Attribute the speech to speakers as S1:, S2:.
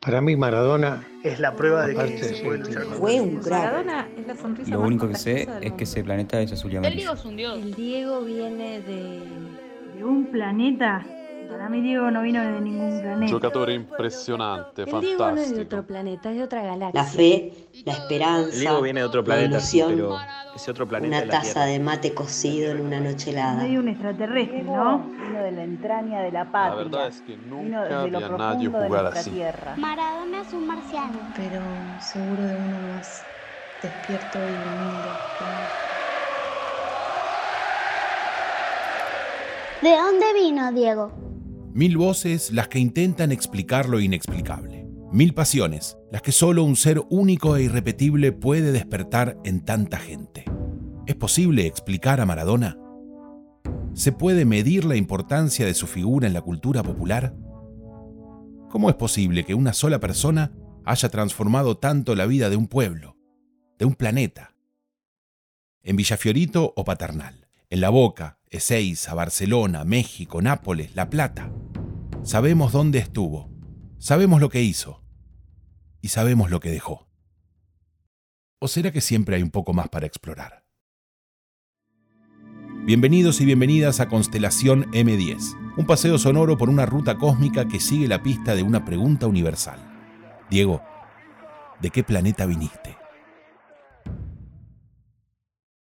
S1: Para mí Maradona
S2: Es la prueba de
S1: Aparte,
S2: que se
S1: sí,
S2: puede
S1: sí.
S2: luchar contra
S3: Fue
S2: el
S3: un
S2: virus.
S3: crack.
S4: Maradona es la sonrisa
S5: Lo
S4: más
S5: único que sé
S4: contagiosa del
S5: es que ese
S4: mundo.
S5: planeta es azul y
S6: El
S5: amarillo.
S6: Diego es un dios.
S7: El Diego viene de, de un planeta. Para mí Diego no vino de ningún planeta.
S8: Giocatore impressionante,
S7: El Diego no es de
S8: fantastico.
S7: otro planeta, es de otra galaxia.
S3: La fe, la esperanza,
S9: El Diego viene de otro
S3: La
S9: planeta, sí,
S3: ilusión.
S9: pero ese otro planeta
S3: una
S9: es la
S3: taza
S9: Tierra.
S3: de mate cocido en una noche helada.
S7: Medio un extraterrestre,
S10: Diego
S7: ¿no?
S10: vino de la entraña de la
S8: La
S10: patria.
S8: verdad es que
S10: vino
S8: nunca
S10: desde
S8: vi
S10: lo
S8: a nadie
S10: profundo de
S8: jugar
S10: nuestra
S8: así.
S10: tierra.
S6: Maradona es un marciano.
S7: Pero seguro de uno más despierto y humilde.
S6: ¿De dónde vino Diego?
S11: Mil voces las que intentan explicar lo inexplicable. Mil pasiones las que solo un ser único e irrepetible puede despertar en tanta gente. ¿Es posible explicar a Maradona? ¿Se puede medir la importancia de su figura en la cultura popular? ¿Cómo es posible que una sola persona haya transformado tanto la vida de un pueblo, de un planeta? En Villafiorito o Paternal, en La Boca, Ezeiza, Barcelona, México, Nápoles, La Plata. Sabemos dónde estuvo, sabemos lo que hizo y sabemos lo que dejó. ¿O será que siempre hay un poco más para explorar? Bienvenidos y bienvenidas a Constelación M10, un paseo sonoro por una ruta cósmica que sigue la pista de una pregunta universal. Diego, ¿de qué planeta viniste?